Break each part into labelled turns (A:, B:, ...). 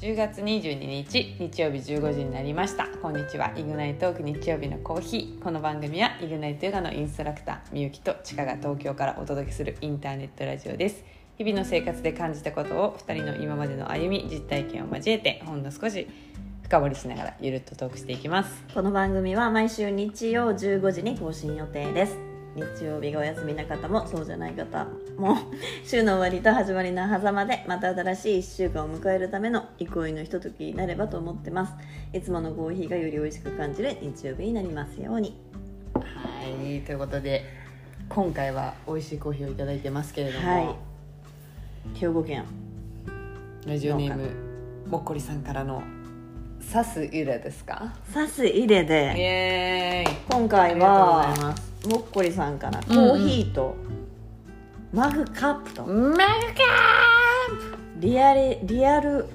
A: 10月22日日曜日15時になりましたこんにちはイグナイトーク日曜日のコーヒーこの番組はイグナイトヨガのインストラクターみゆきとちかが東京からお届けするインターネットラジオです日々の生活で感じたことを2人の今までの歩み実体験を交えてほんの少し深掘りしながらゆるっとトークしていきます
B: この番組は毎週日曜15時に更新予定です日曜日がお休みな方もそうじゃない方も週の終わりと始まりの狭間でまた新しい1週間を迎えるための憩いのひとときになればと思ってますいつものコーヒーがより美味しく感じる日曜日になりますように
A: はいということで今回は美味しいコーヒーをいただいてますけれども、
B: はい兵庫県
A: ラジオネームもっこりさんからの「サスゆら」ですか
B: サス入れ
A: イ
B: で
A: エーイ
B: 今回
A: ありがとうござい
B: は
A: ます
B: もっこりさんからコ
A: うんうん
B: ーヒーとマグカップと
A: マグカー
B: リアルリアル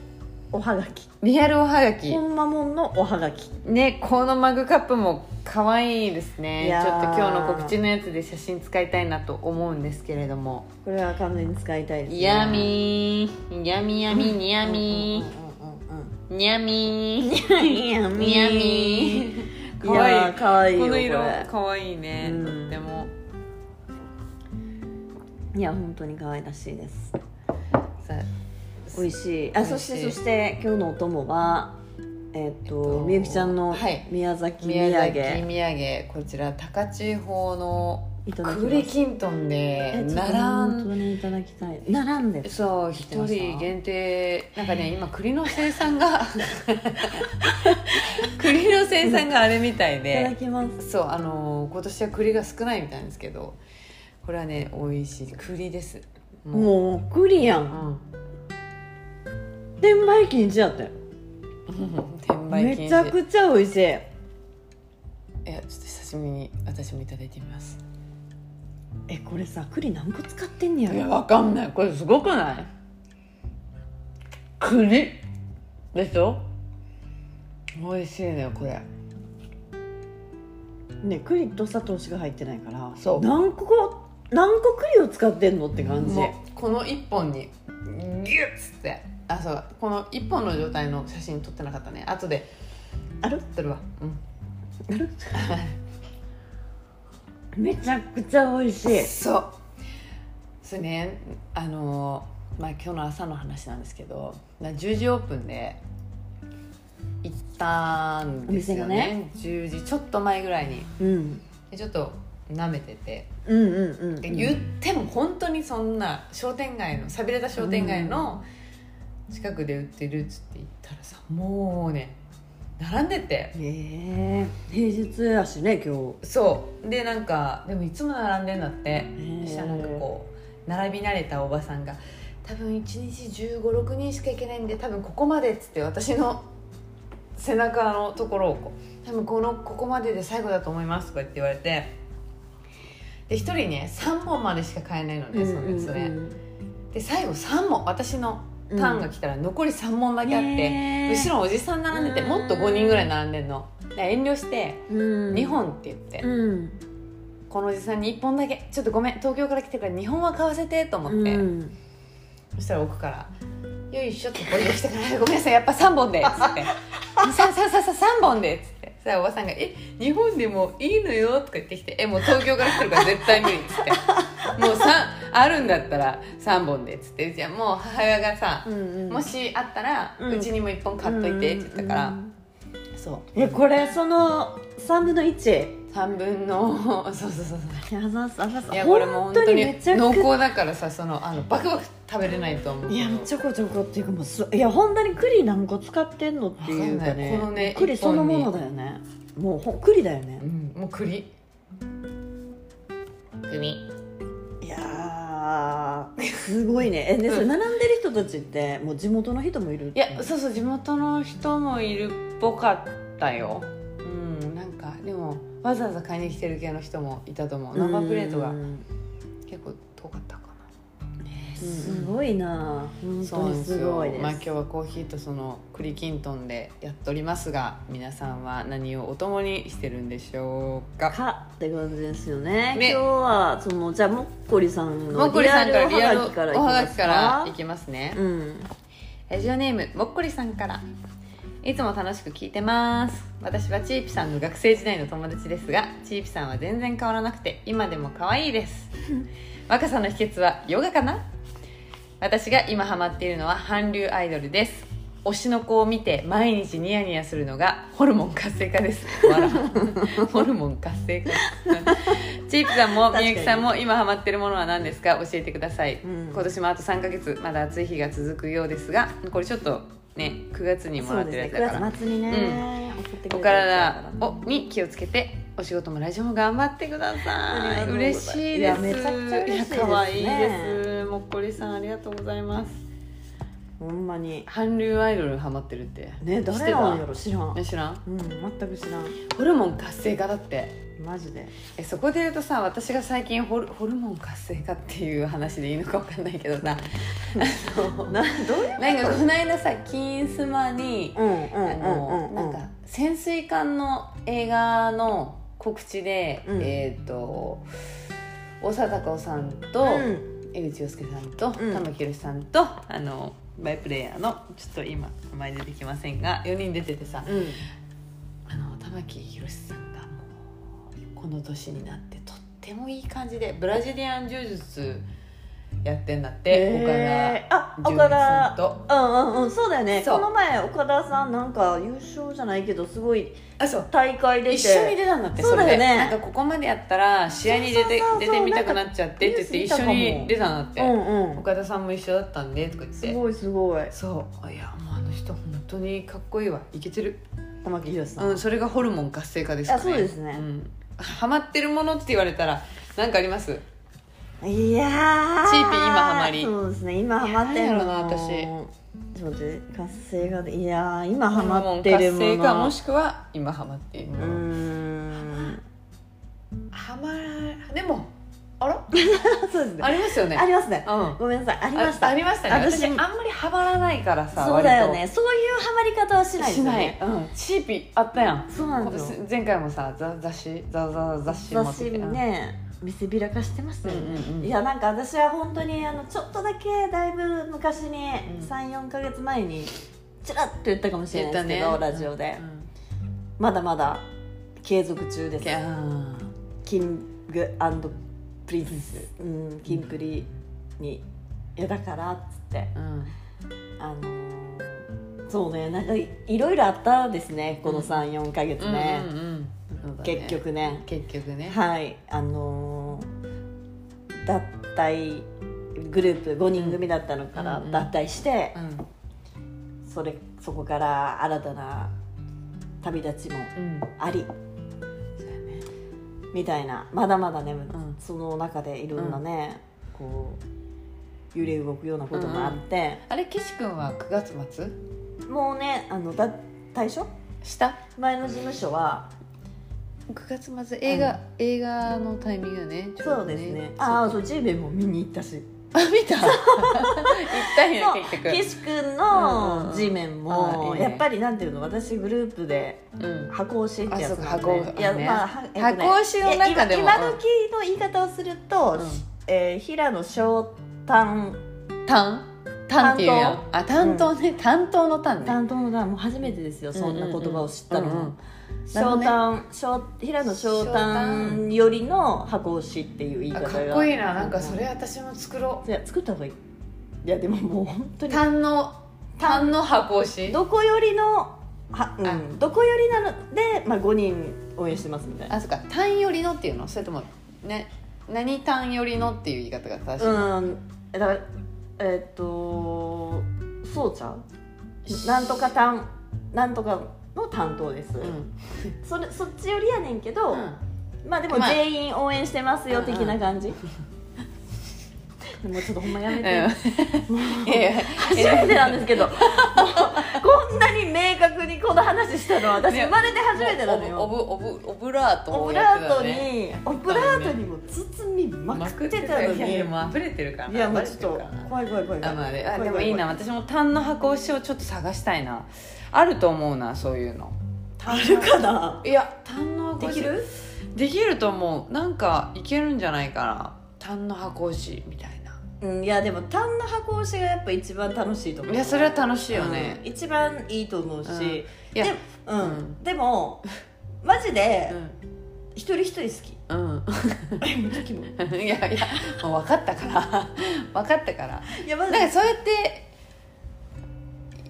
B: おはがき
A: プリアルおはがき
B: ほんまもんのおはがき
A: ねこのマグカップも可愛いです
B: い
A: ね
B: や
A: ちょっ
B: ー
A: と今日の告知のやつで写真使いたいなと思うんですけれども
B: これは完全に使いたいですね
A: ヤミーヤミヤミニヤ ミ
B: ー
A: ニヤミー
B: ニヤミ
A: ニヤミー
B: い
A: 可
B: や
A: 愛
B: ーかわい
A: い
B: いよ
A: こ
B: こ
A: の
B: れ
A: 色可愛いね
B: うん
A: とっても
B: いや本当に可愛らしいです
A: さ
B: 美味しいあそして
A: 美味しい
B: そして今日のお供はえ
A: え
B: っ
A: っ
B: と
A: と
B: みゆきちゃんの
A: はい
B: 宮崎土
A: 宮崎土
B: 産
A: 産こちら高千穂の
B: いただきます
A: 栗きんとんで
B: えちょっと
A: 並
B: 本当
A: ん
B: にいただきたい並んで
A: そう一
B: てました
A: 人限定なんかね今栗の生産が 栗の生産があれみたい
B: いただ
A: で
B: きます
A: そうあのー今年は栗が少ないみたいなんですけどこれはね美味しい栗ですう、
B: もうクリア
A: う
B: ン
A: ん、
B: 転売禁止やったよ
A: 転売禁止
B: めちゃくちゃ美味しい
A: いやちょっと久しぶりに私もいただいてみます
B: えこれさ栗何個使ってんねや
A: いや
B: ろ
A: わかんないこれすごくない栗でしょ美味しいねこれ
B: ね栗と砂糖しか入ってないから
A: そう
B: 何個何個栗を使ってんのって感じ
A: もうこの1本にギュッつってあそうこの1本の状態の写真撮ってなかったね後で
B: ある
A: 撮るわうん
B: あるめちゃくちゃ美味しい
A: そうそれねあのーまあ今日の朝の話なんですけどまあ10時オープンで行ったんですよね10時ちょっと前ぐらいに
B: うん
A: でちょっと舐めてて
B: うんうんうん
A: で言っても本当にそんな商店街のさびれた商店街の近くで売ってるっつって言ったらさもうね並んでて
B: ええ平日やしね今日
A: そうでなんかでもいつも並んでんだって
B: ー
A: そしたらなんかこう並び慣れたおばさんが「多分1日1 5 6人しか行けないんで多分ここまで」っつって私の背中のところをこう「多分このここまでで最後だと思います」とか言って言われてで1人ね3本までしか買えないのねそれそれ。で最後3問私のターンが来たら残り3問だけあって、後ろおじさん並んでて
B: うん
A: もっと5人ぐらい並んでんので遠慮して
B: ろ
A: 2本って言って、
B: うん
A: このおじさんに1本だけちょっとごめん東京から来てるから2本は買わせてと思
B: う
A: って、
B: ん
A: そしたら奥から「よいしょ」ってこれできたから「 ごめんなさいやっぱ3本で」っつっ て「さあさあさあさあ3本で」っつってそしたらおばさんが「え日本でもいいのよ」とか言ってきて「えもう東京から来てるから絶対無理」っつっ て「もうさあるんだったら3本で」っつってじゃあもう母親がさ、
B: うん
A: もしあったら、う
B: うん
A: ちにも1本買っといてって言ったから、そ
B: えこれその3分の1
A: う3分の そうそうそうそう
B: いやざっすあざっす
A: いやこれもう本当に
B: めちゃくちゃ
A: 濃厚だからさそのあのバクバク食べれないと思う
B: い
A: い
B: やちょこちょこっていうかもうすいや本当に栗何個使ってんのっていうか
A: わかんな
B: ね
A: いこのね
B: 栗
A: 一本
B: そ
A: に
B: のものだよねもうほ栗だよね
A: うん、もう栗栗
B: いやーすごいねえねそれ並んでる人たちってもう地元の人もいる
A: いやそうそう地元の人もいるっぽかったようんなんかでもわざわざ買いに来てる系の人もいたと思う
B: うん
A: 生プレートが結構遠かったかな
B: すごいな本
A: そう
B: 当
A: なん
B: に
A: です
B: す
A: よ
B: ごいです
A: まあ、今日はコーヒーとその栗きんとんでやっておりますが皆さんは何をお供にしてるんでしょうか
B: かって感じですよね
A: ね
B: 今日はそのじゃあもっこりさん
A: も
B: の
A: っこり
B: リ
A: さ
B: ア
A: んから
B: ル
A: リアル
B: おはがきから
A: おは
B: いきま
A: が
B: す
A: きから
B: か
A: いきますね、
B: うん
A: ラジオネームもっこりさんからいつも楽しく聞いてます私はチーピさんの学生時代の友達ですがチーピさんは全然変わらなくて今でも可愛いです 若さの秘訣はヨガかな私が今ハマっているのは韓流アイドルです推しの子を見て毎日ニヤニヤするのがホルモン活性化です笑 ホルモン活性化チープさんも
B: 確か
A: み
B: に
A: ゆきさんも今ハマってるものは何ですか教えてください、
B: うん
A: 今年もあと3ヶ月まだ暑い日が続くようですがこれちょっとね9月にも
B: そ
A: ら
B: う
A: って
B: で
A: る
B: す
A: やつ
B: ね
A: だから、
B: 9月末にね、送ってく
A: お
B: れた
A: 体
B: やつだから
A: をに気をつけてお仕事もラジオも頑張ってくだ
B: あり
A: さ
B: が
A: い
B: とうござい
A: 嬉
B: ます
A: しい
B: い
A: で
B: や
A: す
B: めちゃくちゃ嬉しいですね
A: いや可愛いですもっこりさんありがとうございます
B: ほんまに
A: 韓流アイドルハマってるって
B: ね
A: 知っ
B: 誰
A: てた
B: なんやろ知らん
A: え知らん
B: うん全く知らん
A: ホルモン活性化だって
B: マ ジで
A: えそこで言うとさ私が最近ホルホルモン活性化っていう話でいいのか分かんないけどさあの
B: などういう
A: なんかこの間さ「金スマ」に
B: うんうんうん
A: あの
B: うん
A: なんか潜水艦の映画の告知で、
B: うん
A: えっ、と大沢たかおさんと、
B: うん
A: 江口洋介さんと
B: うん
A: 玉木宏さんとあのバイプレイヤーのちょっと今名前出てきませんが4人出ててさ
B: うん
A: あの玉木宏さんがもうこの年になってとってもいい感じでブラジリアン柔術やってんだって岡
B: へーあ
A: 田准一
B: 岡
A: さん
B: 田
A: と
B: うんうんうんそうだよね
A: そう
B: この前岡田さんなんか優勝じゃないけどすごい
A: あそう
B: 大会出て
A: 一緒に出たんだって
B: そうだ
A: れ
B: よね
A: でなんかここまでやったら試合に出て
B: そうそうそう
A: 出てみたくなっちゃってって言って
B: ニュー
A: 一
B: ス見た
A: 緒
B: かも
A: に出たんだって、
B: うんうん
A: 岡田さんも一緒だったんでとか言っ
B: す
A: て
B: ごいすごい
A: そういやもうあの人本当にかっこいいわイケてる
B: 玉木宏さん、
A: うんそれがホルモン活性化ですかね
B: あそうですね
A: ん、ハマってるものって言われたら何かあります
B: いやー
A: チーピー今ハマり
B: そうですね今ハマってるの
A: いやなんやろな
B: ちょっと待って活性がいやー今
A: ホ
B: ハ
A: ル
B: マ
A: モ
B: っ
A: ン
B: てる
A: 活
B: もの
A: 性化もしくは今ハマっているも
B: うー
A: の、
B: ん
A: ハマらでもあ ら
B: そうですね
A: ありますよね
B: ありますね
A: うん
B: ごめんなさいあり
A: あ
B: ました
A: ありましたね
B: 私
A: 私あんまりハマらないからさ
B: そうだよ
A: 割と
B: ねそういうハマり方はしないです
A: し
B: よ
A: ない
B: ね、
A: うん、チーピあったやん
B: そうなんですよ
A: 今年前回もさざ雑誌ざざ雑誌持っ
B: 雑
A: てき
B: 誌
A: て
B: ね見せびらかしてましたよね、
A: うんうんうん
B: いやなんか私は本当にあのちょっとだけだいぶ昔に
A: うん
B: 34か月前にちらっと言ったかもしれないですけ
A: 言
B: ど、
A: ったね
B: ラジオで、
A: うん
B: まだまだ継続中です
A: ギャー
B: キングプリンス、うん、キンプリに「いやだから」っつって
A: うん
B: あのーそうねなんかいいろいろあったですねこの34か月ね、
A: うんうんうんそうだね
B: 結局ね
A: 結局ね
B: はいあのー脱退グループ5人組だったのから
A: うん
B: 脱退して、
A: うん
B: それそこから新たな旅立ちも
A: うん
B: あり
A: そうやね
B: みたいなまだまだね、
A: ん
B: その中でいろんなね、こう揺れ動くようなこともあって、
A: あれ岸君は9月末
B: もうねあの脱退所
A: した
B: 前の事務所は
A: 9月末映画映画のタイミングよねちょう
B: そ
A: ど
B: うですねああそうジーベイも見に行ったし
A: あ見 た行ったんや
B: そう
A: 結局
B: 岸君
A: うんうんう
B: の
A: ん
B: G メン
A: あ
B: も
A: いいね
B: やっぱりなんていうの私グループで
A: うん
B: 箱推しってやつなんで
A: あそうか箱推し
B: いや
A: ね
B: まあはえっとね
A: 箱推しの中でも
B: いや今今時の言い方をすると、
A: うん
B: えー平野翔太
A: 担担っていうやんあ担当ね、担当の担ね
B: 担当のがもう初めてですよそんな言葉を知ったの
A: うんうん
B: も
A: なるほど
B: 翔
A: ね
B: 太翔平野翔太よりの箱推しっていう言い
A: あ
B: 方が
A: かっこいいななんかそれ私も作ろ
B: いや作った方がいいいやでももう本当
A: う
B: に
A: 単の単の箱推し
B: どこよりのは、う
A: あ
B: ん、どこよりなので、まあ、5人応援してますみたいな
A: あそっか単寄りのっていうのそれともね何単寄りのっていう言い方が正しい、
B: うんだからえっとそうちゃうなんとか担なんとかの担当です、
A: うん
B: それそっちよりやねんけど、
A: うん
B: まあでも
A: まあ
B: 全員応援してますよ的な感じ、 でもちょっとほんまやめて、
A: いやい や
B: 初めてなんですけどもうこんなに明確にこの話したのは私
A: ね
B: 生まれて初めてなのよ
A: オブオブオブオブラート
B: オ
A: を
B: ブ
A: や
B: ラ
A: って
B: ー
A: た
B: ト
A: よ
B: に、
A: ね
B: オブラートにも包みまくってたの
A: いやい
B: に
A: やもう溢れてるからない
B: やもう
A: バレ
B: ちょって
A: る
B: と
A: からな
B: 怖い怖い怖い
A: あまあねあ
B: 怖
A: でもいいな私も単の箱推しをちょっと探したいなあると思うなそういうの
B: あるかない
A: や単の箱
B: で
A: 推し
B: きる
A: できると思うなんかいけるんじゃないかな単の箱推しみたいな
B: うん、いやでも単の箱推しがやっぱ一番楽しいと思う
A: い
B: い
A: やそれは楽しいよね、
B: 一番いいと思うし、
A: うん
B: で
A: いや
B: うん
A: うん
B: でもマジで
A: う
B: 一人一人好き
A: んうん、 いやいやもう分かったから 分かったから
B: いやマジ
A: なん
B: で
A: かそうやって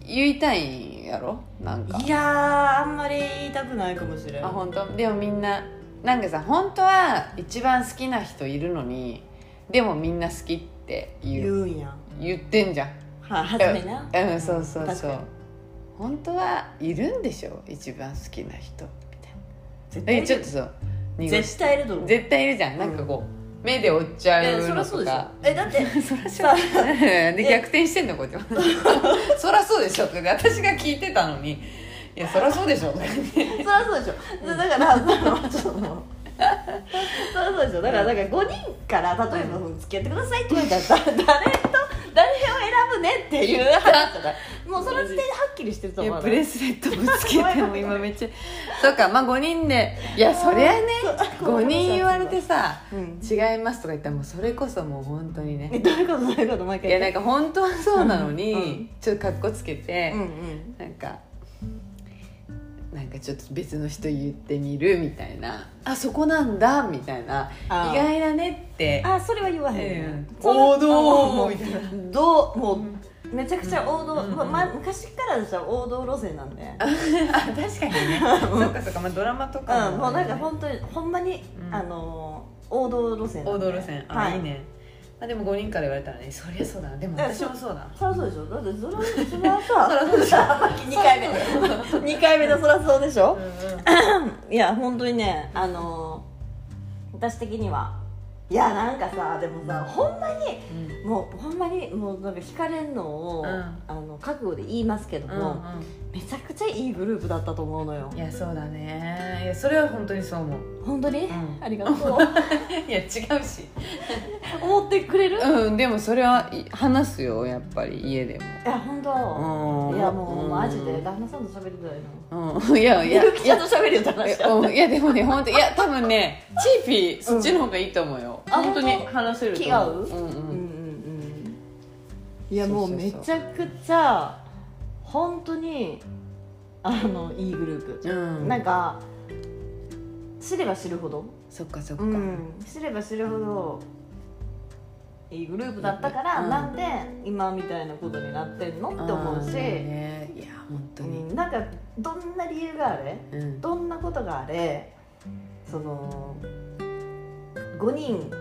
A: 言いたいんやろなんか
B: いやーあんまり言いたくないかもしれん
A: あ本当でもみんななんかさ本当は一番好きな人いるのにでもみんな好きって
B: 言
A: 言う
B: うんや
A: 言ってんじゃん
B: は初めな
A: うんそうそう
B: 確
A: そ
B: か
A: う
B: に
A: 本当はいるんでしょ一番好きな人みたい
B: 絶
A: な
B: 対い
A: え
B: る
A: ちょっとそう濁し
B: 絶対いると思う
A: 絶対いるじゃんなんかこう目で追っちゃ
B: え
A: う
B: そりゃ
A: の
B: そ
A: と
B: うでしょ
A: か
B: えだって さ
A: で逆転してんのこっちも そりゃそうでしょって私が聞いてたのにいやそりゃそうで しょとか言って
B: そりゃそうでしょだ からそのちょっともうそりゃそうでしょだからなんか5人から例えば「付き合ってください」って言われたら さ誰と誰を選ぶねっていう話じゃないもうその時点ではっきりしてると
A: い
B: 思
A: や
B: う
A: ブレスレットぶつけても今めっちゃそうかまあ5人でいやそりゃ ね
B: そう
A: 5人言われてさ
B: うん
A: 「違います」とか言ったらもうそれこそもう本当に
B: え
A: ね
B: どういうことどういうこと毎
A: い
B: 回
A: やなんか本当はそうなのに、
B: うん
A: ちょっとかっこつけて
B: うん、うん
A: なんかなんかちょっと別の人言ってみるみたいなあそこなんだみたいな意
B: あー
A: 外だねって
B: あそれは言わへん、
A: うん
B: それは
A: 王道
B: もう
A: みたい
B: どうもうめちゃくちゃ王道、
A: うん
B: まま昔からでしょ王道路線なんで
A: あ確かに ねそっかそっか、まあ、ドラマとか
B: うん、
A: ね
B: もうなんか本当にほんまに、
A: うん
B: あのー王道路線なん
A: 王
B: で
A: 道路線あ、
B: はい
A: い、いね、まあ、でも5人から言われたらねそりゃそうだなでも
B: だから
A: 私もそうだ
B: そりゃそうでしょだってそれはそれはさ
A: そ りゃそうでしょ
B: 2回目で2回目でそりゃそうでしょ
A: うん、うん
B: いや本当にねあのー私的にはいやなんかさでもさほんまにもうほんまにもうなんか惹かれんのを、
A: うん
B: あの覚悟で言いますけど
A: うん
B: も、めちゃくちゃいいグループだったと思うのよ
A: いやそうだねいやそれは本当にそう思う
B: 本当に、
A: ん
B: ありがとう
A: いや違うし
B: 思ってくれる、い
A: うんでもそれはい話すよやっぱり家で
B: や本当、
A: もうん
B: いやもうマジで旦那さんと喋りたいの
A: うんいやい
B: い や
A: や
B: ゆき
A: い
B: ちゃ
A: や
B: んと喋るよって話だ
A: いやでもね本当いや多分ねチーピーそっちの方がいいと思うよ、
B: んあ
A: 本当に話せると思う
B: 気
A: う
B: が
A: ん
B: う
A: う
B: んうん
A: ん
B: うんいやも
A: そ
B: う
A: うそう
B: め
A: そう
B: ちゃくちゃ本当にあのいいグループ、
A: うん
B: なんか知れば知るほど、
A: そっかそっか、
B: うん、知れば知るほどいいグループだったから、
A: うん
B: なんで今みたいなことになってんのって思うし、
A: あーねいや本当に、
B: うんなんかどんな理由があれ
A: うん
B: どんなことがあれその5人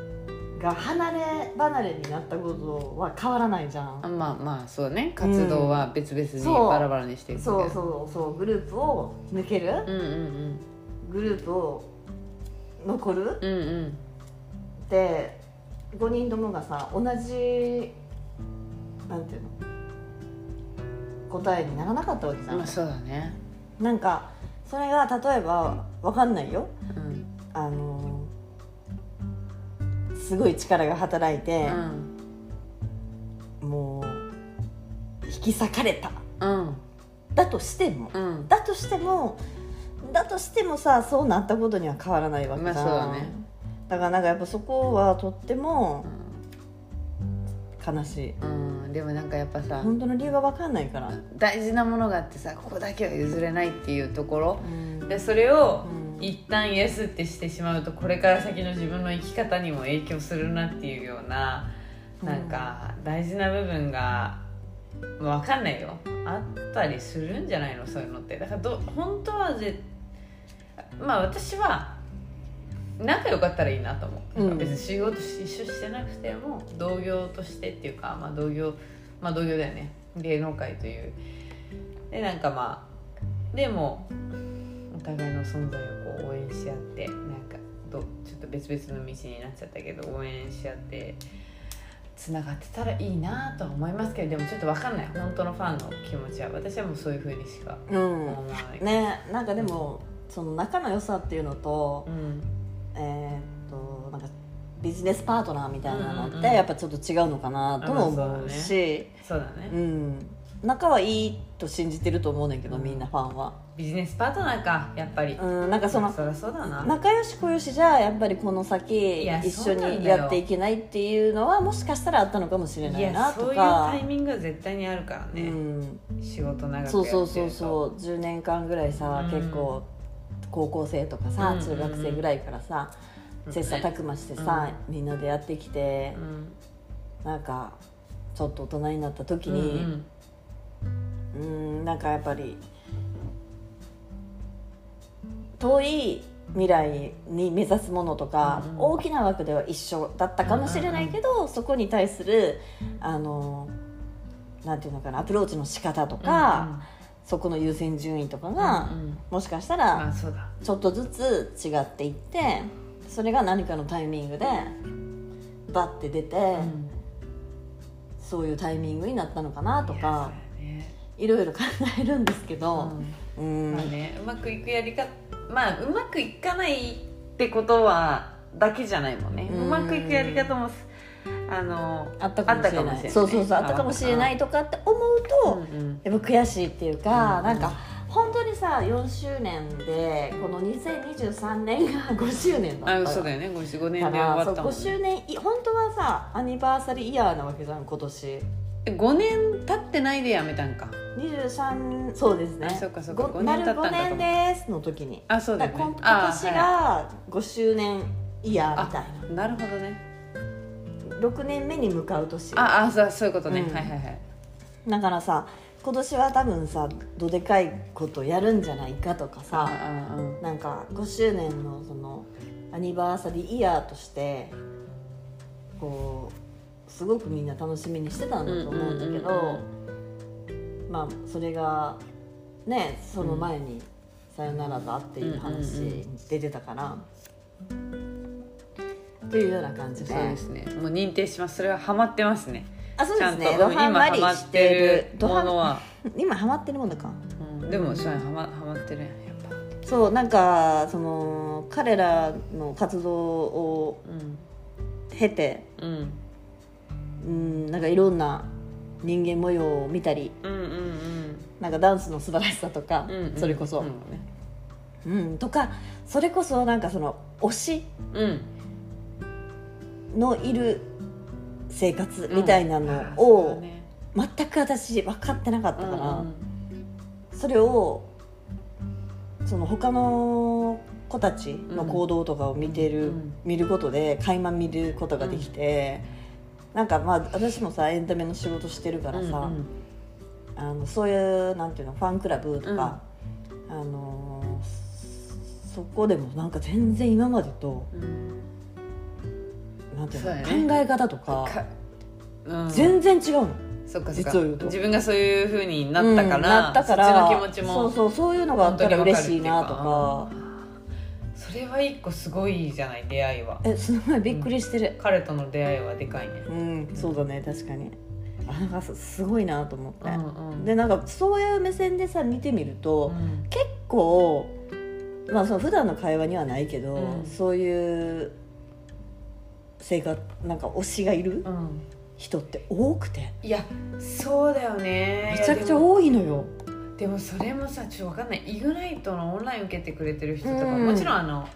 B: が離れ離れになったことは変わらないじゃ
A: あ
B: ん
A: まあまあそうだね活動は別々に
B: そう
A: バラバラにしていくけど
B: そうそうそうグループを抜ける
A: うんうん
B: グループを残る
A: うんうんうん
B: って5人ともがさ同じなんていうの答えにならなかったわけじゃ
A: ま
B: ん
A: あそうだね
B: なんかそれが例えばわかんないよ
A: うん
B: あのすごい力が働いて
A: う、ん
B: もう引き裂かれた
A: うん
B: だとしても
A: うん
B: だとしてもだとしてもさそうなったことには変わらないわけじゃん、
A: まあそうだね
B: だからなんかやっぱそこはとっても悲しい
A: うんうんでもなんかやっぱさ
B: 本当の理由が分かんないから、
A: 大事なものがあってさここだけは譲れないっていうところ
B: うん
A: でそれを
B: うん
A: 一旦イエスってしてしまうとこれから先の自分の生き方にも影響するなっていうようななんか大事な部分が分かんないよあったりするんじゃないのそういうのってだからど本当はぜまあ私は仲良かったらいいなと思う、
B: うん
A: 別に仕事し一緒してなくても同業としてっていうか、まあ、同業まあ同業だよね芸能界というでなんかまあでもお互いの存在をこう応援し合ってなんかどちょっと別々の道になっちゃったけど応援し合ってつながってたらいいなとは思いますけどでもちょっとわかんない本当のファンの気持ちは私はもうそういうふうにしか
B: うん
A: 思わない、
B: ねなんかでもその仲の良さっていうのと
A: う、ん、
B: えーっとなんかビジネスパートナーみたいなの
A: うん
B: っ
A: うん
B: て
A: うん
B: やっぱちょっと違うのかなとも思うし、
A: そうだね
B: うん仲はいいと信じてると思うねんけどみんなファンは
A: ビジネスパートナーかやっぱり、
B: うんなんかその
A: そりゃそうだな
B: 仲良し小良しじゃやっぱりこの先
A: いや
B: 一緒
A: そうなん
B: に
A: だよ
B: やっていけないっていうのはもしかしたらあったのかもしれないいな
A: やそう
B: と
A: いう
B: か
A: タイミングは絶対にあるから
B: う
A: ね、
B: ん
A: 仕事長くやってると
B: そうそうそうそう10年間ぐらいさ、
A: うん
B: 結構高校生とかさ、
A: うん
B: 中学生ぐらいからさ、
A: うん
B: 切磋琢磨してさ、みんなでやってきて
A: う、ん
B: なんかちょっと大人になった時
A: うんう
B: に、
A: ん
B: うーんなんかやっぱり遠い未来に目指すものとか、
A: うん
B: 大きな枠では一緒だったかもしれないけど、そこに対するあのなんていうのかなアプローチの仕方とか、そこの優先順位とか
A: うんうん
B: が、
A: うんうん
B: もしかした
A: ま
B: ら
A: あそうだ
B: ちょっとずつ違っていってそれが何かのタイミングでバッて出て、
A: うん
B: そういうタイミングになったのかなと
A: いや
B: か
A: そうやね
B: いろいろ考えるんですけど。う
A: うん
B: ん
A: まあねうまくいくやり方まあうまくいかないってことはだけじゃないもんね、う
B: うん
A: まくいくやり方もあの
B: あったかもしれ
A: あったかも
B: な
A: しれないい
B: そうそうそうあったかもしれないとかって思うと、
A: うん
B: やっぱ悔しいっていうか、
A: うん
B: なんか本当にさ4周年でこの2023年が 5周年だった
A: あ
B: よ
A: そうだよね5 5
B: だ
A: 年
B: か
A: で終わ
B: ら
A: っ
B: そう
A: たもん、
B: 5
A: ね、
B: 周年い本当はさアニバーサリーイヤーなわけじゃん今年
A: 5年経ってないでやめたんか
B: 23そうですね
A: あそうかそうか
B: ご
A: 五年経ったんだ
B: 丸5年ですの時に
A: あそうだ
B: だ
A: よ
B: か
A: ね
B: ら
A: あ
B: 今今年が5周年イヤーみたい
A: はいなるほどね
B: な6年目に向かう年
A: ああそうそういうことね、
B: うん
A: はいはいはい
B: だからさ今年は多分さどでかいことやるんじゃないかとかさ
A: ああ
B: なんか5周年のそのアニバーサリーイヤーとしてこうすごくみんな楽しみにしてたんだと思うんだけど、まあそれがねその前に「さよならだ」っていう話に出てたから。っていうような感じで
A: そうですねもう認定しますそれはハマってますね
B: あそう
A: ち
B: で
A: ゃ
B: す
A: ん
B: ね
A: と、うん
B: ドハ
A: 今
B: マ
A: ハ
B: り
A: マ
B: し
A: って
B: てる
A: るものは、
B: 今ハマってるものか
A: うん、でもそうやハマハマってるやんやっぱ
B: そうなんかその彼らの活動を
A: うん
B: 経て、
A: うん
B: うん、なんかいろんな人間模様を見たり
A: うんうん
B: なんかダンスの素晴らしさとか、
A: うんうん
B: それこそ
A: う、ん
B: うんとかそれこそなんかその推し
A: うん
B: のいる生活みたいなのを全く私分かってなかった
A: だ
B: から、
A: から
B: それをその他の子たちの行動とかを見てる、
A: うん
B: 見ることで垣間見ることができて、なんかまあ私もさエンタメの仕事してるからさ、あのそういうなんていうのファンクラブとか、あのそそこでもなんか全然今までとなんていうの
A: そうやね
B: 考え方とか
A: かうん
B: 全然違うの。
A: そっかそっか
B: 実を言うと
A: 自分がそういうふうになったか
B: うん
A: ら
B: なったか
A: そっ
B: ら
A: ちの気持ちも
B: そうそうそういうのがあったら嬉しいなとか
A: 本当にわるっていうかそれは一個すごいじゃない出会いは
B: えすごいびっくりしてる、
A: 彼との出会いはでかいね
B: うん、そうだね確かにあなんかすすごいなと思っ
A: う
B: て、
A: んうん
B: でなんかそういう目線でさ見てみると、
A: うん
B: 結構まあその普段の会話にはないけど、
A: うん
B: そういう生活なんか推しがいる
A: うん
B: 人って多くて
A: いやそうだよね
B: めちゃくちゃ
A: いや
B: 多いのよ
A: でもでもそれもさちょっと分かんないイグナイトのオンライン受けてくれてる人とか、
B: うん
A: もちろんあの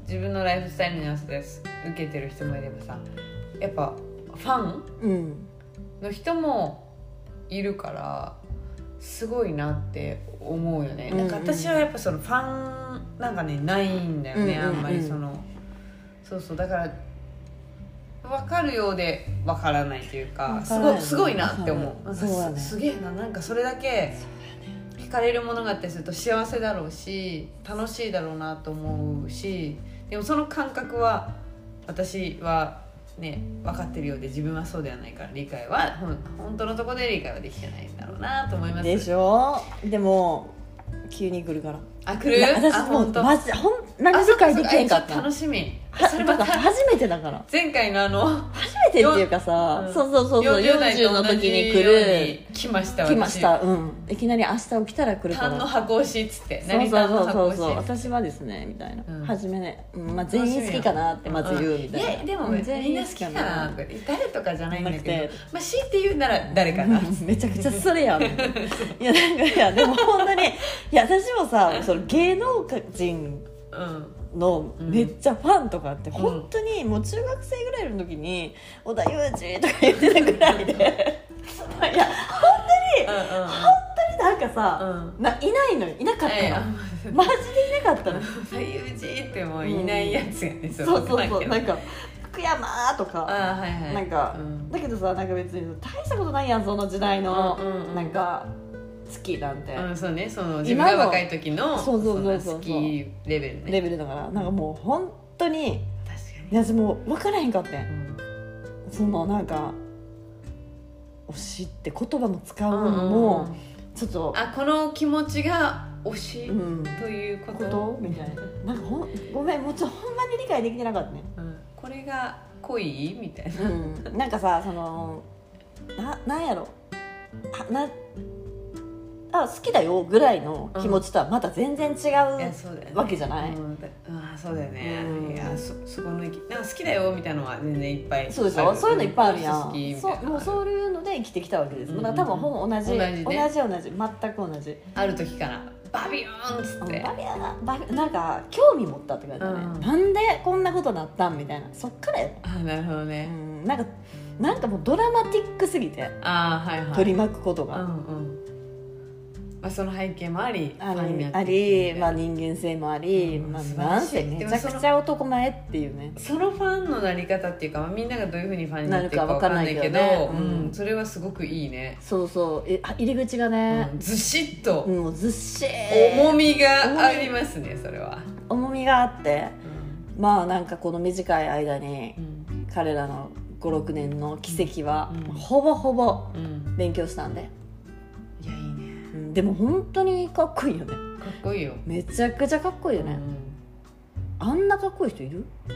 A: 自分のライフスタイルに合わせて受けてる人もいればさやっぱファン
B: うん
A: の人もいるからすごいなって思うよね、
B: うんうん
A: なんか私はやっぱそのファンなんかねないんだよね、
B: うんうんうん
A: あんまりそのそうそうだから分かるようで分からないというか
B: わか
A: す
B: ら
A: ご
B: ない
A: いすごいなって思うな
B: わ
A: ん
B: か
A: か
B: るそうだね
A: すすげえななんかそれだけ惹かれるものがあったりすると幸せだろうし楽しいだろうなと思うしでもその感覚は私はね分かってるようで自分はそうではないから理解はほん本当のとこで理解はできてないんだろうなと思います
B: でしょでも急に来るから
A: あ来る
B: な
A: あ
B: 私も
A: 本
B: う
A: 当
B: マジほん何で理解できへんかっ
A: あそうそうあちょと
B: た
A: 楽しみ
B: は
A: それ
B: だ
A: ま
B: から
A: た
B: 初めてだから
A: 前回のあの
B: 初めてってっていうかさ、
A: うん
B: そうそうそうそう
A: 40代と
B: 40
A: 同
B: の
A: じ
B: 時に来
A: よう
B: る
A: に来ました
B: 来ましたうんいきなり明日起きたら来る
A: 私
B: か
A: 単の
B: ら
A: 箱押しっつって
B: そう
A: 何
B: そ
A: 単
B: う
A: の
B: そう
A: 箱
B: そう
A: 押し
B: そ
A: っつ
B: う
A: って
B: 私はですねみたいな、
A: うん
B: 初めね、うんまあ、全員好きかなってまず言うみたいな、
A: いやでも
B: う
A: みんな好きかなと
B: 好
A: か誰とかじゃないんだけ
B: じゃな
A: ど
B: くて
A: まあ強いて言うなら誰か な
B: うんめちゃくちゃそれやんいやなんかいやでも本当にいや私もさその芸能人
A: うん
B: の
A: うん
B: めっちゃファンとかって、本当にもう中学生ぐらいの時に「織田裕二」とか言ってたぐらい でい
A: う
B: やなんかさ、
A: んうんうん
B: ないないのよいなかったの、
A: ええ
B: マジでいなかったの
A: そういう字ってもういないやつやね、そ
B: そうそうそうなん
A: か
B: か福山と
A: あ
B: か
A: あはいはい
B: なんか
A: うん
B: だけどさなんか別に大したことないやんその時代の、
A: うんうんうん
B: なんか好きなんて、
A: うん、そうねその自分が若い時の
B: そうそうそうそう
A: の好きレベルね
B: レベルだからなんかもう本当に
A: 確か
B: い
A: に
B: や私もう分からへんかってん
A: うん
B: そのなんか推しって言葉も使うの
A: うん
B: も、
A: うんうん
B: ちょっと
A: あこの気持ちが推し
B: うん
A: ということ,、
B: ことみたいななんかほんごめんもうちょっとほんまに理解できてなかったね
A: うんこれが恋みたいな
B: うん、なんかさそのななんやろあなあ好きだよぐらいの気持ちとはまた全然違う、
A: いやそうだよね
B: わけじゃない
A: うんだあーそうだよね、
B: うん
A: いやそそこの意見なんか好きだよみたいなのは全然いっぱい
B: そうでしょそういうのいっぱいあるや
A: 好きみ
B: ん
A: たい
B: そ
A: な
B: うもうそういうので生きてきたわけです、
A: うんうん
B: だから多分ほぼ同じ
A: 同じ
B: 同
A: ね
B: じ同じ全く同じ、
A: ある時からバビューンっつ
B: う
A: っ
B: ん
A: て、
B: バリアなバリなんか興味持ったって感じだね、
A: うん
B: なんでこんなことなったんみたいなそっからや、
A: あなるほど
B: う
A: ね、
B: ん、なんかなんかもうドラマティックすぎて
A: あーはいはい
B: 取り巻くこと
A: う
B: が、
A: んうんまあ、その背景もあり
B: あ
A: ファンにな
B: り
A: って
B: あ
A: いくみた
B: り、
A: いな
B: まあ、人間性もあり、
A: うん
B: まあ、
A: 素晴
B: な
A: ら
B: ん
A: しい
B: せめ
A: で
B: ち
A: も
B: ゃ
A: その
B: くちゃ男前っていうね
A: そのファンのなり方っていうか、まあ、みんながどういうふうにファンになっていくか
B: な
A: わ
B: る
A: か
B: か
A: んな
B: わかんないい
A: け
B: け
A: ど
B: ど
A: うん
B: うん
A: それはすごくいいね、
B: そうそうえあ入り口がね、
A: うんずしっと
B: もうずっしり
A: 重みがありますねそれは、
B: 重みがあってまあなんかこの短い間に
A: うん
B: 彼らの56年の奇跡は、
A: うん
B: ほぼほぼ
A: うん
B: 勉強したんで、
A: いやいいね
B: うんでも本当にかっこいいよね
A: かっこいいよ、
B: めちゃくちゃかっこいいよね、あんなかっこいい人いる
A: う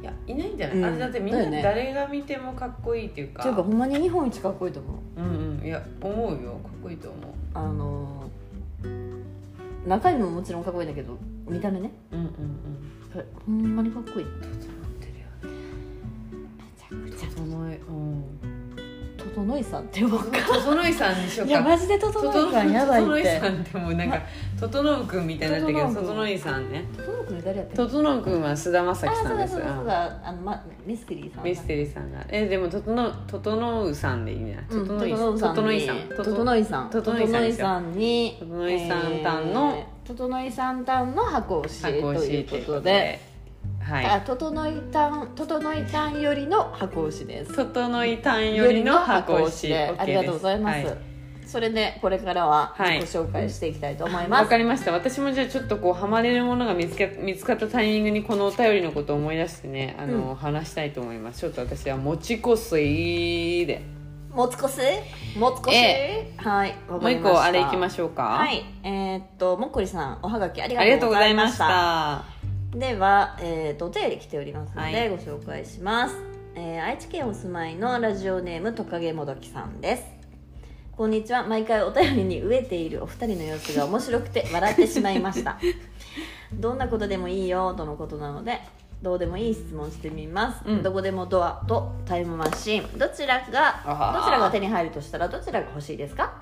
A: んいやいないんじゃない、
B: うん
A: あれだってみん
B: だ
A: な
B: よね
A: 誰が見てもかっこいいっていうか
B: っていうかほんまに日本一かっこいいと思う
A: うんうんいや思うよかっこいいと思
B: あのー中身ももちろんかっこいいんだけど見た目ね
A: ううんうんうん
B: これほんまにかっこい
A: 整っ
B: い
A: てるよね
B: めちゃくちゃ
A: 整えうん
B: 整いさんって分か
A: 整いさんにしよう
B: い
A: か
B: やマジで整いさんやばい
A: 整
B: っ
A: いさ
B: て
A: んってもうなんか整うくんみたいになってるけど
B: 整うくん
A: 整いさんね
B: 整くん誰やってる
A: 整うくんは菅田将
B: あ
A: 暉
B: ー
A: さ
B: そうん
A: で
B: だ
A: す
B: そうだそうだあの、ま、ミステリーさん
A: う
B: だ
A: んミステリーさんがえでも整う整うさんでいいんじゃない
B: うん
A: 整い
B: さん
A: 整いさん
B: に
A: 整
B: 整いさ
A: 整いさん
B: ん整
A: で
B: い
A: すよ
B: さんに
A: 整いさんたんの
B: えー整いさんたんの箱をしと
A: 発行し
B: いう
A: と
B: こ
A: いうことと
B: で
A: では
B: あ
A: い
B: 整いたん整いたんよりの箱推しです
A: 整いたんよりの箱押し
B: で
A: OK
B: ありがとうございます、
A: は
B: それでこれからは
A: はい
B: 自己紹介していきたいと思いま
A: わ
B: す、
A: かりました私もじゃあちょっとこうハマれるものが見つけ見つかったタイミングにこのお便りのことを思い出してねあの、話したいと思いますちょっと私は「もちこすい」で
B: もつこすもつこす、
A: え
B: はいも
A: もう一個あれいきま
B: し
A: しょうか
B: はいえーっともっこりさんおはがきあり
A: あり
B: が
A: がと
B: と
A: うご
B: うご
A: ざ
B: ざ
A: い
B: い
A: ま
B: ま
A: し
B: した
A: た
B: では、えー、とお便り来ておりますので、
A: はい
B: ご紹介します、えー愛知県お住まいのラジオネームトカゲもどきさんですこんにちは毎回お便りに飢えているお二人の様子が面白くて笑ってしまいま したどんなことでもいいよとのことなのでどうでもいい質問してみます、
A: うん
B: どこでもドアとタイムマシンどちら
A: あー
B: がどちらが手に入るとしたらどちらが欲しいですか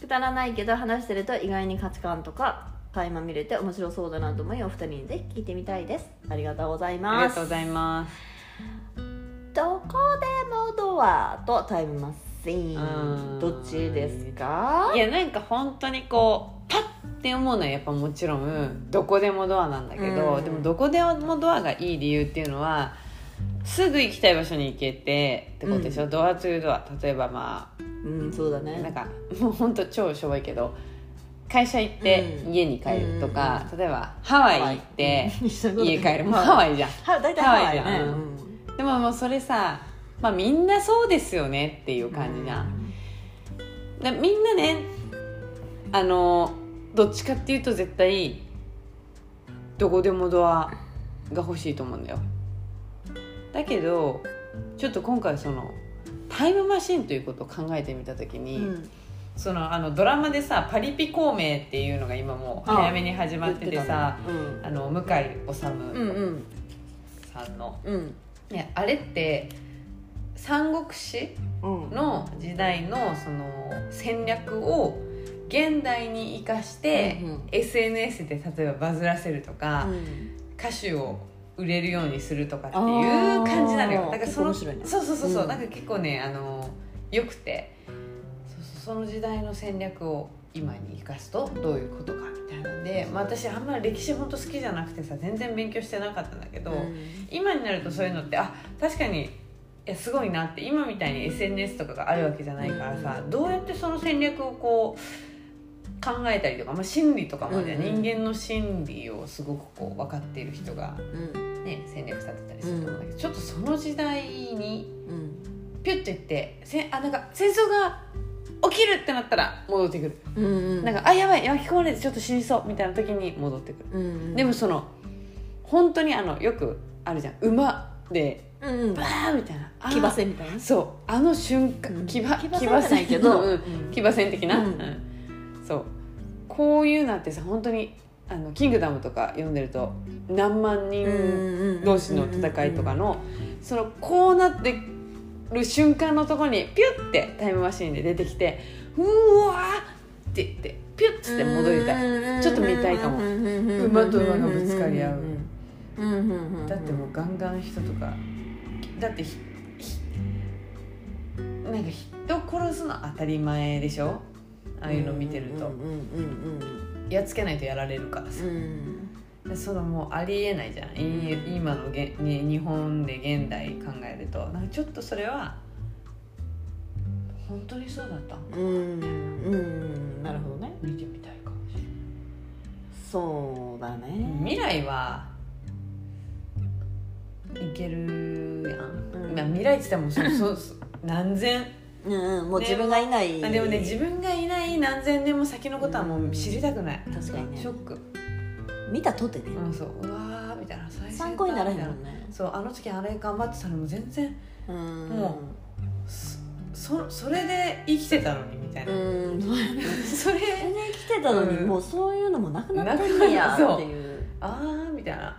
B: くだらないけど話してると意外に価値観とか垣間見れて面白そうだなと思いお二人にぜひ聞いてみたいですありがとうござい
A: あり
B: ま
A: が
B: す
A: とうございます
B: どこでもドアとタイムマシ
A: う
B: ー
A: ん
B: ンどっちですか
A: いやなんか本当にこうパッて思うのはやっぱもちろんどこでもドアなんだけど、
B: うん
A: でもどこでもドアがいい理由っていうのはすぐ行きたい場所に行けてってことでしょ、ドアツードア例えばまあ
B: うんそうだ
A: なん
B: ね
A: かもう本当超しょぼいけど会社行って
B: うん
A: 家に帰るとか、例えばハワイ行って
B: うん一緒のこと
A: 家帰る、もう
B: まあ
A: ハワイじゃん
B: は大体ハワイ
A: ハワイ
B: ね
A: じゃんでももうそれさまあみんなそうですよねっていう感じじゃん、でみんなねあのどっちかっていうと絶対どこでもドアが欲しいと思うんだよだけどちょっと今回そのタイムマシンということを考えてみた時に、
B: うん
A: そのあのドラマでさ「パリピ孔明」っていうのが今もう
B: あ
A: 早めに始まっててさ
B: 言って
A: あの向井
B: たねうんう
A: 理
B: ん
A: さんの、
B: うん
A: ね、あれって三国志
B: うん
A: の時代のその戦略を現代に生かして、
B: うんうん
A: SNS で例えばバズらせるとか、
B: うん
A: 歌手を売れるようにするとかってい
B: あ
A: う
B: ー
A: 感じなのよだからその
B: 結構面白いね
A: そうそうそうそう、
B: うん
A: なんか結構ねあのよくてそうそうその時代の戦略を今に生かすとどういうことかみたいなんで、まあ、私あんまり歴史本当好きじゃなくてさ全然勉強してなかったんだけど、
B: うん
A: 今になるとそういうのってあ確かにいやすごいなって今みたいに SNS とかがあるわけじゃないからさ、どうやってその戦略をこう考えたりとか、まあ、心理とかまで、
B: うんうん
A: 人間の心理をすごくこう分かっている人が、
B: うん
A: ね、戦略立てたりすると思うんだけど、ちょっとその時代に
B: うん
A: ピュッといってせあなんか戦争が起きるってなったら戻ってくる、
B: うん
A: なんかあやばい巻き込まれてちょっと死にそうみたいな時に戻ってくる。
B: うん
A: でもその本当にあのよくあるじゃん馬で
B: うんうん
A: バーみたいなあー
B: 騎馬戦みたいな
A: そうあの瞬
B: う
A: 間
B: ん
A: 騎馬
B: 騎馬戦じゃないけど
A: うん
B: うん
A: 騎馬戦的な、
B: うん
A: うんそうこういうなんてさ本当にあのキングダムとか読んでると何万人同士の戦いとかのそのこうなってる瞬間のところにピュッてタイムマシーンで出てきてうわーって言ってピュッつって戻りたい
B: い
A: ちょっと見たいかも馬と馬がぶつかり合うだってもうガンガン人とかだってひひなんか人殺すの当たり前でしょああいうの見てると、
B: うんうん
A: やっつけないとやられるからさ
B: うんう、ん
A: でそのもうありえないじゃん、い
B: ん
A: 今のげに日本で現代考えるとなんかちょっとそれは本当にそうだった
B: うんうんうんなるほどね
A: 見てみたいかもしれない
B: そうだね
A: 未来はいけるやん、
B: うん
A: まあ、未来って言ってもそそそ何千
B: うんうんもう自分がいない
A: あでもね自分がいない何千年も先のことはもう知りたくない
B: 確かにね
A: ショック
B: 見たとてね
A: うんそううわーみたいな最先端
B: 参考にならへん
A: みたい
B: もんね
A: そうあの時あれ頑張ってたのも全然
B: うん
A: もそそそれで生きてたのにみたいな、
B: うんそうやね
A: それ
B: 全然来てたのに
A: うん
B: もうそういうのもなくなってんねやっていう
A: あーみたいな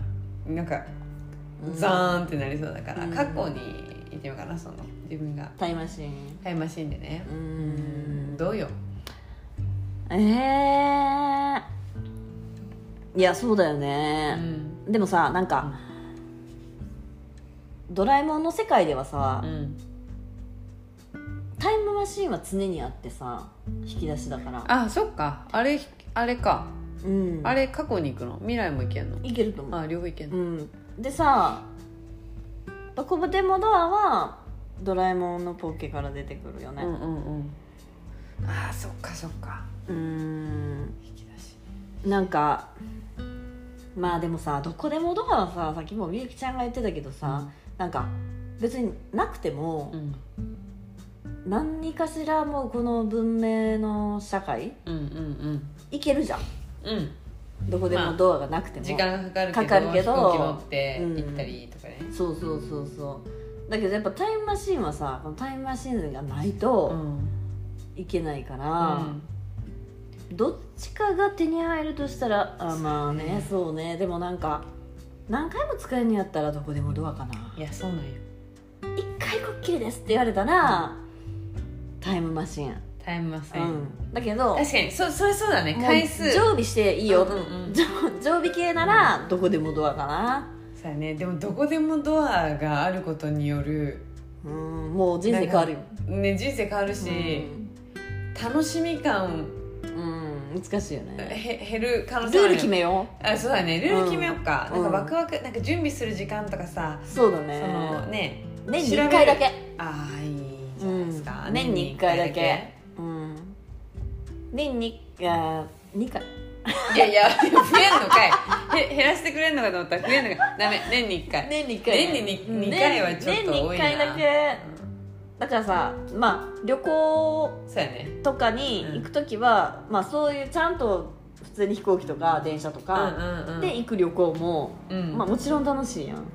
A: なんか
B: うん
A: ザーンってなりそうだから、
B: うん
A: 過去に行ってみようかなその自分が
B: タイムマシーン
A: タイムマシンでね
B: う
A: うん
B: ん
A: どうよ
B: ええいやそうだよ
A: う
B: ね、
A: ん
B: でもさなんか、ドラえもんの世界ではさ、
A: うん
B: タイムマシーンは常にあってさ引き出しだから
A: あそっかあれあれか、
B: うん
A: あれ過去に行くの未来も行けんの
B: いけると思う、
A: あ両方行けんの
B: うん、でさ「どこでもドア」はドラえもんのポッケから出てくるよね
A: うんうんうんあーそっかそっか
B: うーん
A: 引き出し
B: なんかまあでもさどこでもドアはささっきもみゆきちゃんが言ってたけどさ、なんか別になくても
A: うん
B: 何かしらもうこの文明の社会
A: うんうん
B: いけるじゃん
A: うんうん
B: どこでもドアがなくても、
A: 時間がかかるけど
B: かかるけど
A: 飛行機乗って行ったりとかね
B: そうそうそうそうだけどやっぱタイムマシーンはさこのタイムマシーンがないと
A: ん
B: いけないか
A: う
B: ら、
A: ん
B: どっちかが手に入るとしたらあまあねそうねでもなんか何回も使えるんやったらどこでもドアかない
A: やそうなんよ
B: 一回こっきりですって言われたらタイムマシン、
A: タイムマシ
B: う
A: ン、
B: ん、だけど
A: 確かにそそれそうだね
B: もう
A: 回数
B: 常備していいよ、
A: うんうんうん
B: 常常備系ならどこでもドアかな
A: そうやねでもどこでもドアがあることによる
B: うんもう人生変わるよ
A: ね人生変わるし、楽しみ感
B: うん、うん、難しいよね
A: へ減る可能
B: ル
A: 性
B: ー
A: あ
B: ル
A: る
B: 決めよ
A: あそうだねルール決めようか、
B: うん
A: なんかワクワクなんか準備する時間とかさ
B: う、そうだ
A: その
B: ね
A: ね
B: 年に
A: 調べる
B: 1回だけ
A: ああいいじゃないですか、
B: うん年に一回だけうん年にあ2回
A: いやいや増えんのかいへ減らしてくれんのかと思ったら増えんのかダメ年に1回
B: 年に1
A: 回年にに
B: うん
A: 二回はちょっと多いな
B: 年に1回だけだからさまあ旅行
A: そうやね
B: とかに行く時は、まあそういうちゃんと普通に飛行機とか電車と
A: うん
B: か
A: うんうん
B: で行く旅行も、
A: うん
B: まあもちろん楽しいやん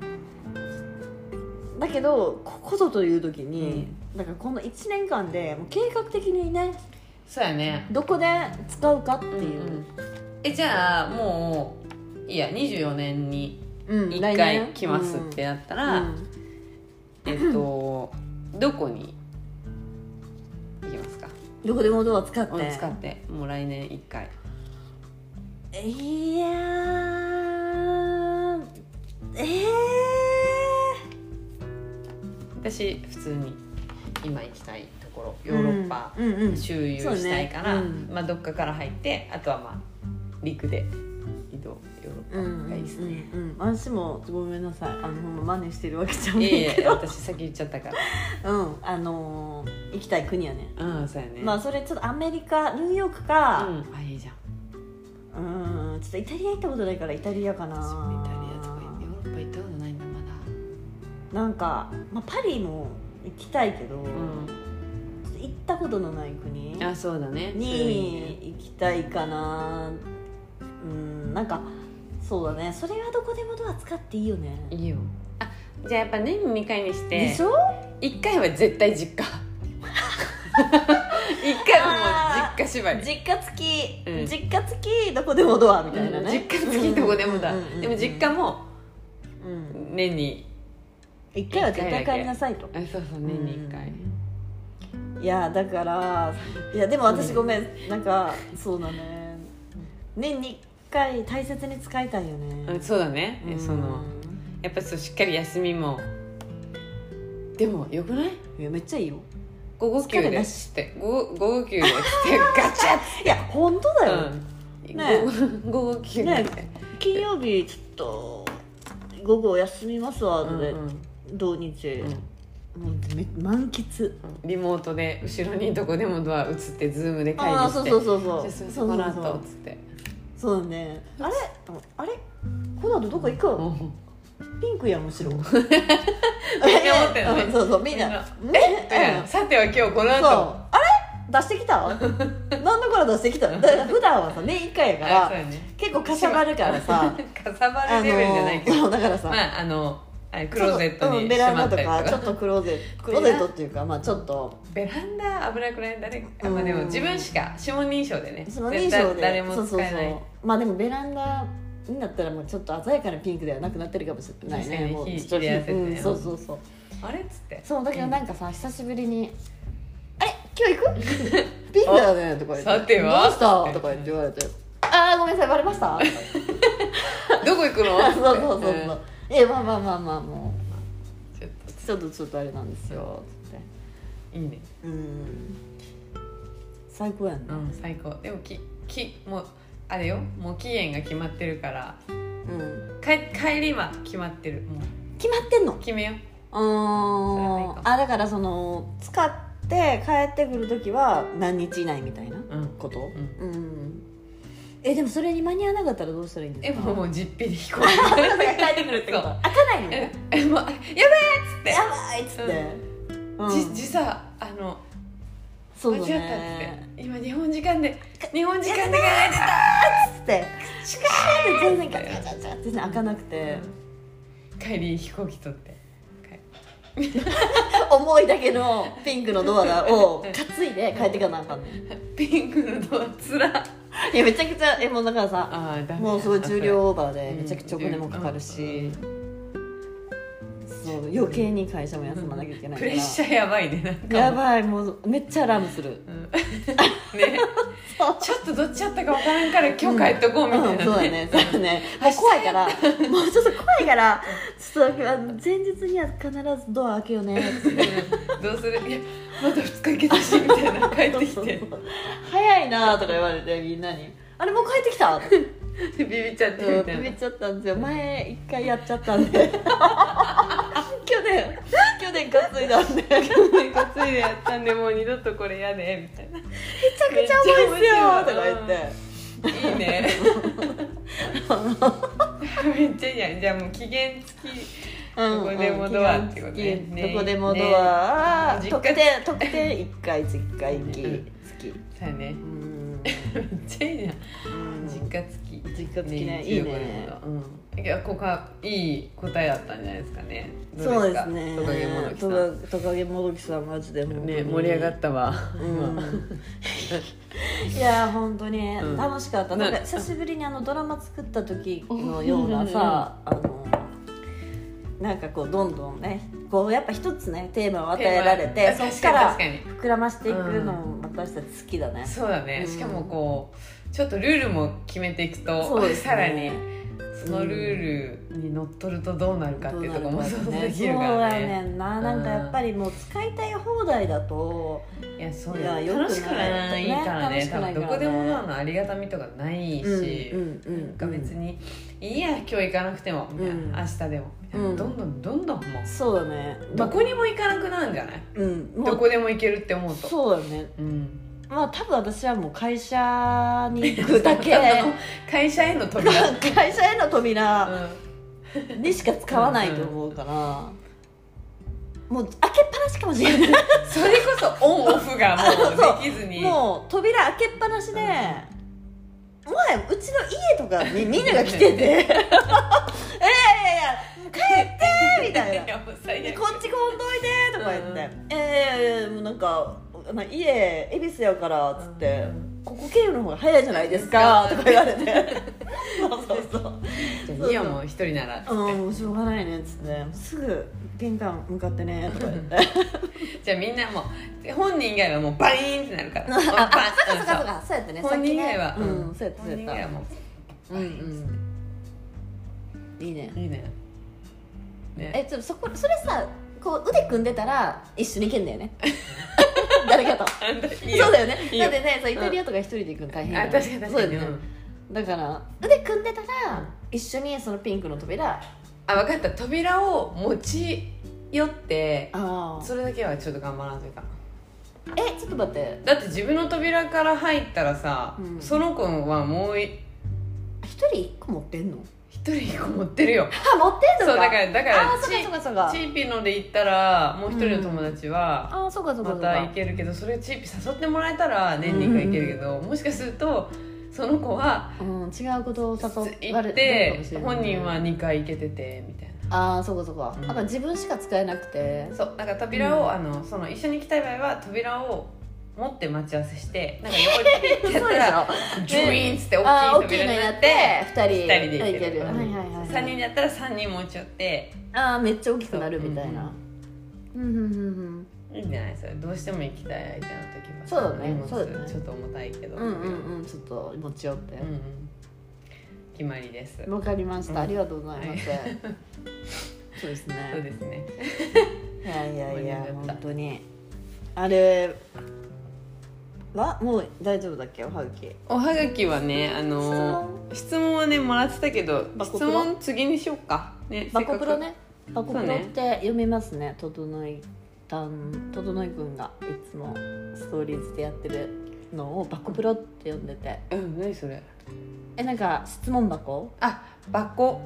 B: だけどここぞという時に、だからこの1年間でもう計画的にね
A: そうやね
B: どこで使うかって
A: って
B: い
A: いう、
B: う、
A: えじゃあもういいや24年に
B: うん
A: 1回来ますってなったら、
B: うん
A: えっとどこに行きますか
B: どこでもドア使って、
A: うん使ってもう来年1回
B: いやーえー、
A: 私普通に今行きたいところヨーロッパ
B: うんうんうん
A: 周遊したいから、
B: そうねうん
A: まあ、どっかから入ってあとはまあ陸で移動ヨー
B: う
A: ロ
B: ん
A: ッパがいいですね、
B: うんうん、私もごめんなさいあのほんま真似してるわけじゃないい
A: やい
B: け
A: や
B: ど、
A: 私先言っちゃったか
B: うん、あのー行きたい国やね
A: らうんそうやね
B: まあそれちょっとアメリカニューヨーク
A: う
B: か
A: ん、あいいじゃん
B: うん、ちょっとイタリア行ったことないからイタリアかな
A: そうイタリアとかヨーロッパ行ったことないんだまだ
B: なんか、まあ、パリも行きたいけど、
A: う
B: ちょっと行ったことのない国
A: んあそうだねそれいいね
B: に行きたいかなうんなんかそうだねそれはどこでもドア使っていいよね
A: いいよあじゃあやっぱ年に2回にして
B: でしょ
A: 1回は絶対実家一回はもう実家縛り
B: 実家付き、
A: うん
B: 実家付きどこでもドアみたいな
A: うん
B: ね
A: 実家付きどこでもだ、
B: うんうんうんうん
A: でも実家も
B: うん
A: 年に
B: 一回は絶対帰りなさいと
A: あそうそう年に1回、
B: いやだからいやでも私ごめんなんかそうだね年に1回大切に使いたいよ
A: う
B: ね
A: んそうだね、えそのやっぱりそうしっかり休みもでもよくない
B: うんいやめっちゃいいよ
A: 午後休ですって午後午後 休ですってガチャ
B: いや本当だよ、
A: ッ、
B: ね
A: うん、午後午後休
B: ね
A: で、
B: 金曜日ちょっと午後休みますわ
A: うん
B: で、
A: うん
B: 土日、もうめ満喫
A: リモートで後ろにどこでもドア映ってズームで会議
B: ああ
A: し
B: そう
A: て
B: そうそうそう
A: じゃあすいません
B: そう
A: こ
B: そう
A: の
B: そ
A: 後
B: う
A: つって
B: そうだねあれあれこの後どこ行く
A: うん
B: のピンクや むしろみんな
A: 思ってんのね
B: そうそうみ
A: み
B: ん
A: ん
B: な
A: な
B: え
A: うんさては今日この
B: そう
A: 後
B: あれ出してきたなんだこれ出してきただから普段はさ年1回やか
A: あそう
B: ら
A: やね
B: 結構かしゃばるから さ
A: かさば
B: あ
A: るレベルじゃないけど
B: そうだからさ、
A: まああのあれクローゼット
B: ちょっと
A: に
B: うん
A: し
B: ベラン
A: ま
B: ダ
A: った
B: と
A: りと
B: か
A: か
B: ちょっとクローゼットクローゼットっていうかまあちょっと
A: ベランダ危なくない誰かあまあ
B: うん
A: でも自分しか指紋認証でね
B: その認証
A: 絶対
B: で
A: 誰も使えない
B: そうそうそうまあでもベランダになったらもうちょっと鮮やかなピンクではなくなってるかもしれない
A: 確か
B: ね
A: に
B: もう
A: 火
B: ちょっと
A: 火で汗って
B: うんそうそうそう
A: あれっつって
B: そうだけどなんかさ久しぶりに「あれ今日行く ピンクだよね」とか言って「
A: さては
B: どうした?」とか言って言われて「ああごめんなさいバレ ました?」とか言って
A: どこ行くの
B: そうそうそうそ
A: う
B: う
A: ん
B: いやまあまあまあまあも
A: ちょっ
B: うちょっとちょっとあれなんですよつって
A: といいね
B: うん最高やん
A: う
B: な、
A: ん最高でもききもうあれよもう期限が決まってるから
B: うん、
A: 帰帰りは決まってるもう
B: 決まってんの
A: 決めよう
B: う
A: れはいいか
B: ー
A: も
B: んあだからその使って帰ってくる時は何日以内みたいな
A: うん
B: こと
A: ん
B: うん、えでもそれに間に合わなかったらどうしたらいいんで
A: え
B: すか
A: もうもう実費で飛行機
B: 帰ってくるってこと
A: そう
B: 開かないの
A: え
B: ね
A: えもうあやべえっ
B: やばいっつって、うん
A: つって、じ時差あの
B: そう
A: 間違
B: だ
A: ったっつ
B: ね
A: って今日本時間で日本時間で帰ってた
B: つって
A: し
B: で全然ガチャガチャガチャって全然開かなくて、
A: 帰り飛行機取って
B: 重いだけのピンクのドアがを担いで帰ってかなあかんねん
A: ピンクのドアつら
B: いやめちゃくちゃえもうだからさ
A: あーダメだ
B: もうすごい重量オーバーで
A: うん
B: めちゃくちゃお金もかかるし、そう余計に会社も休まなきゃいけない
A: プ
B: から、
A: レッシャーやばいねなんか
B: やばいもうめっちゃアラームする
A: うんね
B: そう
A: ちょっとどっちやったか分からんから今日帰っとこう
B: う
A: み
B: ん、
A: たい
B: そう
A: な
B: だ
A: ね
B: ねそうだねもう怖い からもうちょっと怖いからちょっとあの前日には必ずドア開けようねって
A: うんどうするいやまだ2日行けたしみたいな帰ってき
B: そう
A: て
B: そう早いなとか言われてみんなに「あれもう帰って きた?」って
A: ビビっちゃって
B: う
A: み
B: ん
A: た
B: ビ
A: い
B: ビっ
A: な
B: ちゃったんですよ前一回やっちゃったんで 去年去年担いだんでめちゃ
A: 担いでやったんでもう二度とこれやでみたいな
B: くちゃ重いっすよとか言っ
A: めっちゃ重いい
B: て。
A: い ね めっちゃいいやんじゃあもう期限付き
B: うん
A: どこでもドアってことね
B: うん
A: ね
B: どこでもドア、
A: ね
B: 特定特定1回1回行き
A: うん
B: 月
A: そうやね
B: うん
A: めっちゃいいじゃん
B: うん
A: 実家付き
B: 実家付きね
A: ね
B: いい
A: 15年
B: ね
A: がうんいやここはいい答えだったんじゃないですかねど
B: そう
A: うで
B: です
A: か
B: すね
A: トカゲモドキさん
B: トカトカゲもどきさんマジで本当に
A: ね盛り上がったわ、
B: うん、いやー本当に
A: うん
B: 楽しかった、
A: ね
B: なんか久しぶりにあのドラマ作った時のようなさ、あのなんかこうどんどんねこうやっぱ一つねテーマを与えられて
A: テー
B: そ
A: マ
B: っから
A: 確かに確か
B: 膨らましていくのも私たち好きだね
A: に、そうだね、
B: うん
A: しかもこうちょっとルールも決めていくと
B: そうですね
A: さらにそのルールにのっとるとどうなるかっていうところも想像できるか
B: そう
A: ら
B: だ
A: ね
B: よねんななんかやっぱりもう使いたい放題だと、
A: いやそう
B: いや
A: だ
B: 良
A: よ
B: くない
A: 楽しくないから
B: 楽
A: ね
B: しく
A: 多
B: ない
A: 分ど
B: からね
A: こでもドアのありがたみとかないし、
B: うんうんうんうん
A: なんか別に、いいや今日行かなくてもみたいな、
B: うん
A: 明日でもみたいな、
B: うん
A: どんどんどんどんもう
B: そうだね
A: どこにも行かなくなるんじゃない
B: うんも
A: ど
B: う
A: こでも行けるって思うと
B: そうだね
A: うん
B: まあ多分私はもう会社に行くだけ
A: 会社への扉、 うん、
B: 会社への扉にしか使わないと思うから、もう開けっぱなしかもしれない
A: それこそオンオフがもうできずに
B: もう扉開けっぱなしで、もはやうちの家とか にみんなが来てて「いやいやいやいやもう帰って!」みたいな
A: や。もう最
B: で
A: 悪
B: こっちこんといてとか言って「ええもうなんかあの家恵比寿やから」っつって、
A: うん
B: ここ経由の方が早いじゃないですか」とか言われて そうそうそう
A: じゃあいいやもう一人ならっつって、
B: うんもうしょうがないねっつってすぐ玄関向かってねとか言って
A: じゃあみんなもう本人以外はもうバイーンってなるからもうバン
B: そうかそうかそうやってね
A: 本人以外は、
B: さっきねうんそうやって
A: 本
B: そう
A: 人以外は
B: やって
A: もう、
B: うんいいね
A: いいねね
B: えちょっとそこそれさこう腕組んでたら一緒に行けん だよね誰かと
A: あんたいいよ
B: そうだよね
A: いい
B: だ
A: よ
B: ってねそうイタリアとか一人で行くの大変だ
A: あ
B: よ
A: 確かに確かに
B: そうだよね
A: うん
B: だから腕組んでたら一緒にそのピンクの扉
A: あ分かった扉を持ち寄って
B: あ
A: それだけはちょっと頑張らなというか
B: えちょっと待って
A: だって自分の扉から入ったらさ、
B: うん
A: その子はもうい
B: 一人一個持ってんの
A: 一人一個持って るよ
B: あ持ってん
A: そ
B: の
A: う
B: か
A: だからだか
B: あ
A: ら
B: あそうかそうかそうか
A: チーピーので行ったらもう一人の友達は、
B: ああそうかそうか
A: ま
B: そう
A: た行
B: か
A: けるけどそれチーピー誘ってもらえたら年に一回行けるけど、もしかするとその子は
B: うん違うことを誘わ
A: 行っ
B: れ
A: て
B: るかも
A: て
B: しれない
A: 本人は2回行けててみたいな
B: ああそうかそうか
A: うん
B: だから自分しか使えなく て
A: そうだから扉を、
B: うん
A: あのその一緒に行きたい場合は扉を持って待ち合わせしてなんか横に行っ
B: そ
A: た
B: うでし
A: ら
B: ょ
A: ジュイーンっつって
B: あー
A: 大
B: 大
A: きい
B: きい
A: 扉
B: の
A: にな
B: にな
A: っ
B: ってて二人
A: 二人でいける
B: いける
A: うん
B: はいはいはい
A: 3人だったら3人持ち寄って
B: ああめっちゃ大きくなるみたいなうんうんうん
A: いいんじゃないそれどうしても行きたい相手の時は
B: そうだね
A: 荷物
B: そうだね
A: ちょっと重たいけど、
B: うんうんうんうんちょっと持ち寄って
A: うんうん決まりです、
B: わかりまし
A: う
B: た。
A: ん
B: ありがとうございます。そうです
A: そう
B: ね。
A: ですね
B: いやいやいや
A: 盛り、上がった
B: 本当に。あれ。は、もう大丈夫だっけ、おはぎき。
A: おはがきはねあの質問はねもらってたけど
B: バコ
A: 質
B: プロ
A: 問次にしようかね
B: バコプロね。バ
A: っか
B: コ
A: く
B: プロって読みますね。整い。たん、整いくんがいつもストーリーズでやってる。のをバコプロって呼んでて。
A: せっかくうん何それ
B: え、なんか質問箱。
A: あバコ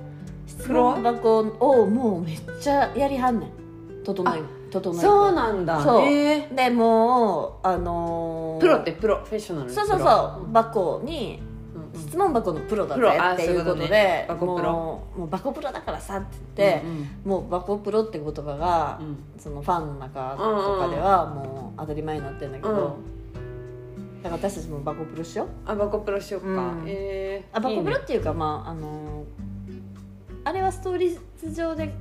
B: 質
A: プロ
B: 問箱をもうめっちゃやりはんねん。整い。整いくん。
A: そうなんだ
B: そう
A: へえ
B: でもうあのー
A: プロってプロフェッショナルの
B: そうそう
A: プ
B: そ
A: ロ
B: う箱に
A: うんうん
B: 質問箱のプロだ
A: プロ
B: ぜ
A: あー
B: っていうこと
A: そうい
B: で
A: うことねバコプロ
B: もうもうバコプロだからさって言って
A: う、ん
B: もうバコプロって言葉が
A: う、ん
B: そのファンの中とかではもう当たり前になってるんだけど、だから私たちもバコプロしよう
A: あバコプロしようか
B: うん
A: へえ
B: あバコプロ
A: いい
B: っ
A: ね
B: ていうかまああのあれはストーリーズ上で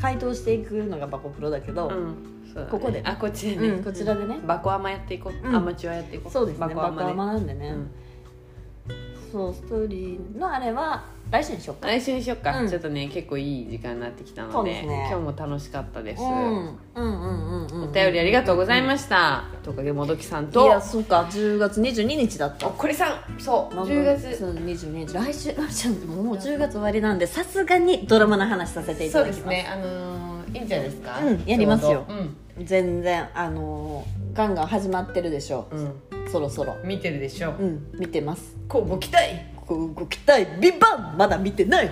B: 回答していくのがバコプロだけど、
A: うんそうだね
B: ここで
A: あこっちで
B: う
A: ね
B: んこちらでね
A: バコアマやっていこ
B: うん
A: うアマチュアやっていこう
B: そうですねバ
A: バ
B: コ
A: コアマ
B: アマなんで
A: で
B: ね、
A: うん
B: そうストーリーのあれは来週にしようか
A: 来週にしようか
B: うん
A: ちょっとね結構いい時間になってきた
B: そ
A: の
B: うで
A: です
B: ね
A: 今日も楽しかったです
B: うんうんうんうんうん
A: お便りありがとうございました。トカゲもどきさんと。
B: いやそうか10月22日だった
A: おこれさん、そう、
B: なんか
A: 10月。
B: そう22日来週来週もうもう10月終わりなんでさすがにドラマの話させてい
A: そう
B: ただ
A: です
B: きます
A: ね。あのーいいんじゃないですか。
B: うんやりますよ
A: ちょうど
B: 全然あのーガンガン始まってるでしょ
A: うん、うん、
B: そろそろ
A: 見てるでしょ
B: うん見てます
A: こうご期待。
B: こう動きたいビバンまだ見てない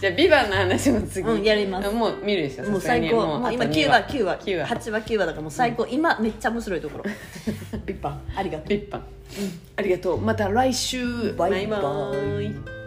A: じゃあビバンの話も次、
B: うんやります
A: もう見るでしょ
B: も
A: さすが
B: う最
A: に
B: 高もう今9話9話
A: 9話
B: 8話9話だからもう最高、今めっちゃ面白いところビッパンありがとう
A: ビッパン、ありがとうまた来週
B: バイバイ
A: バイバイ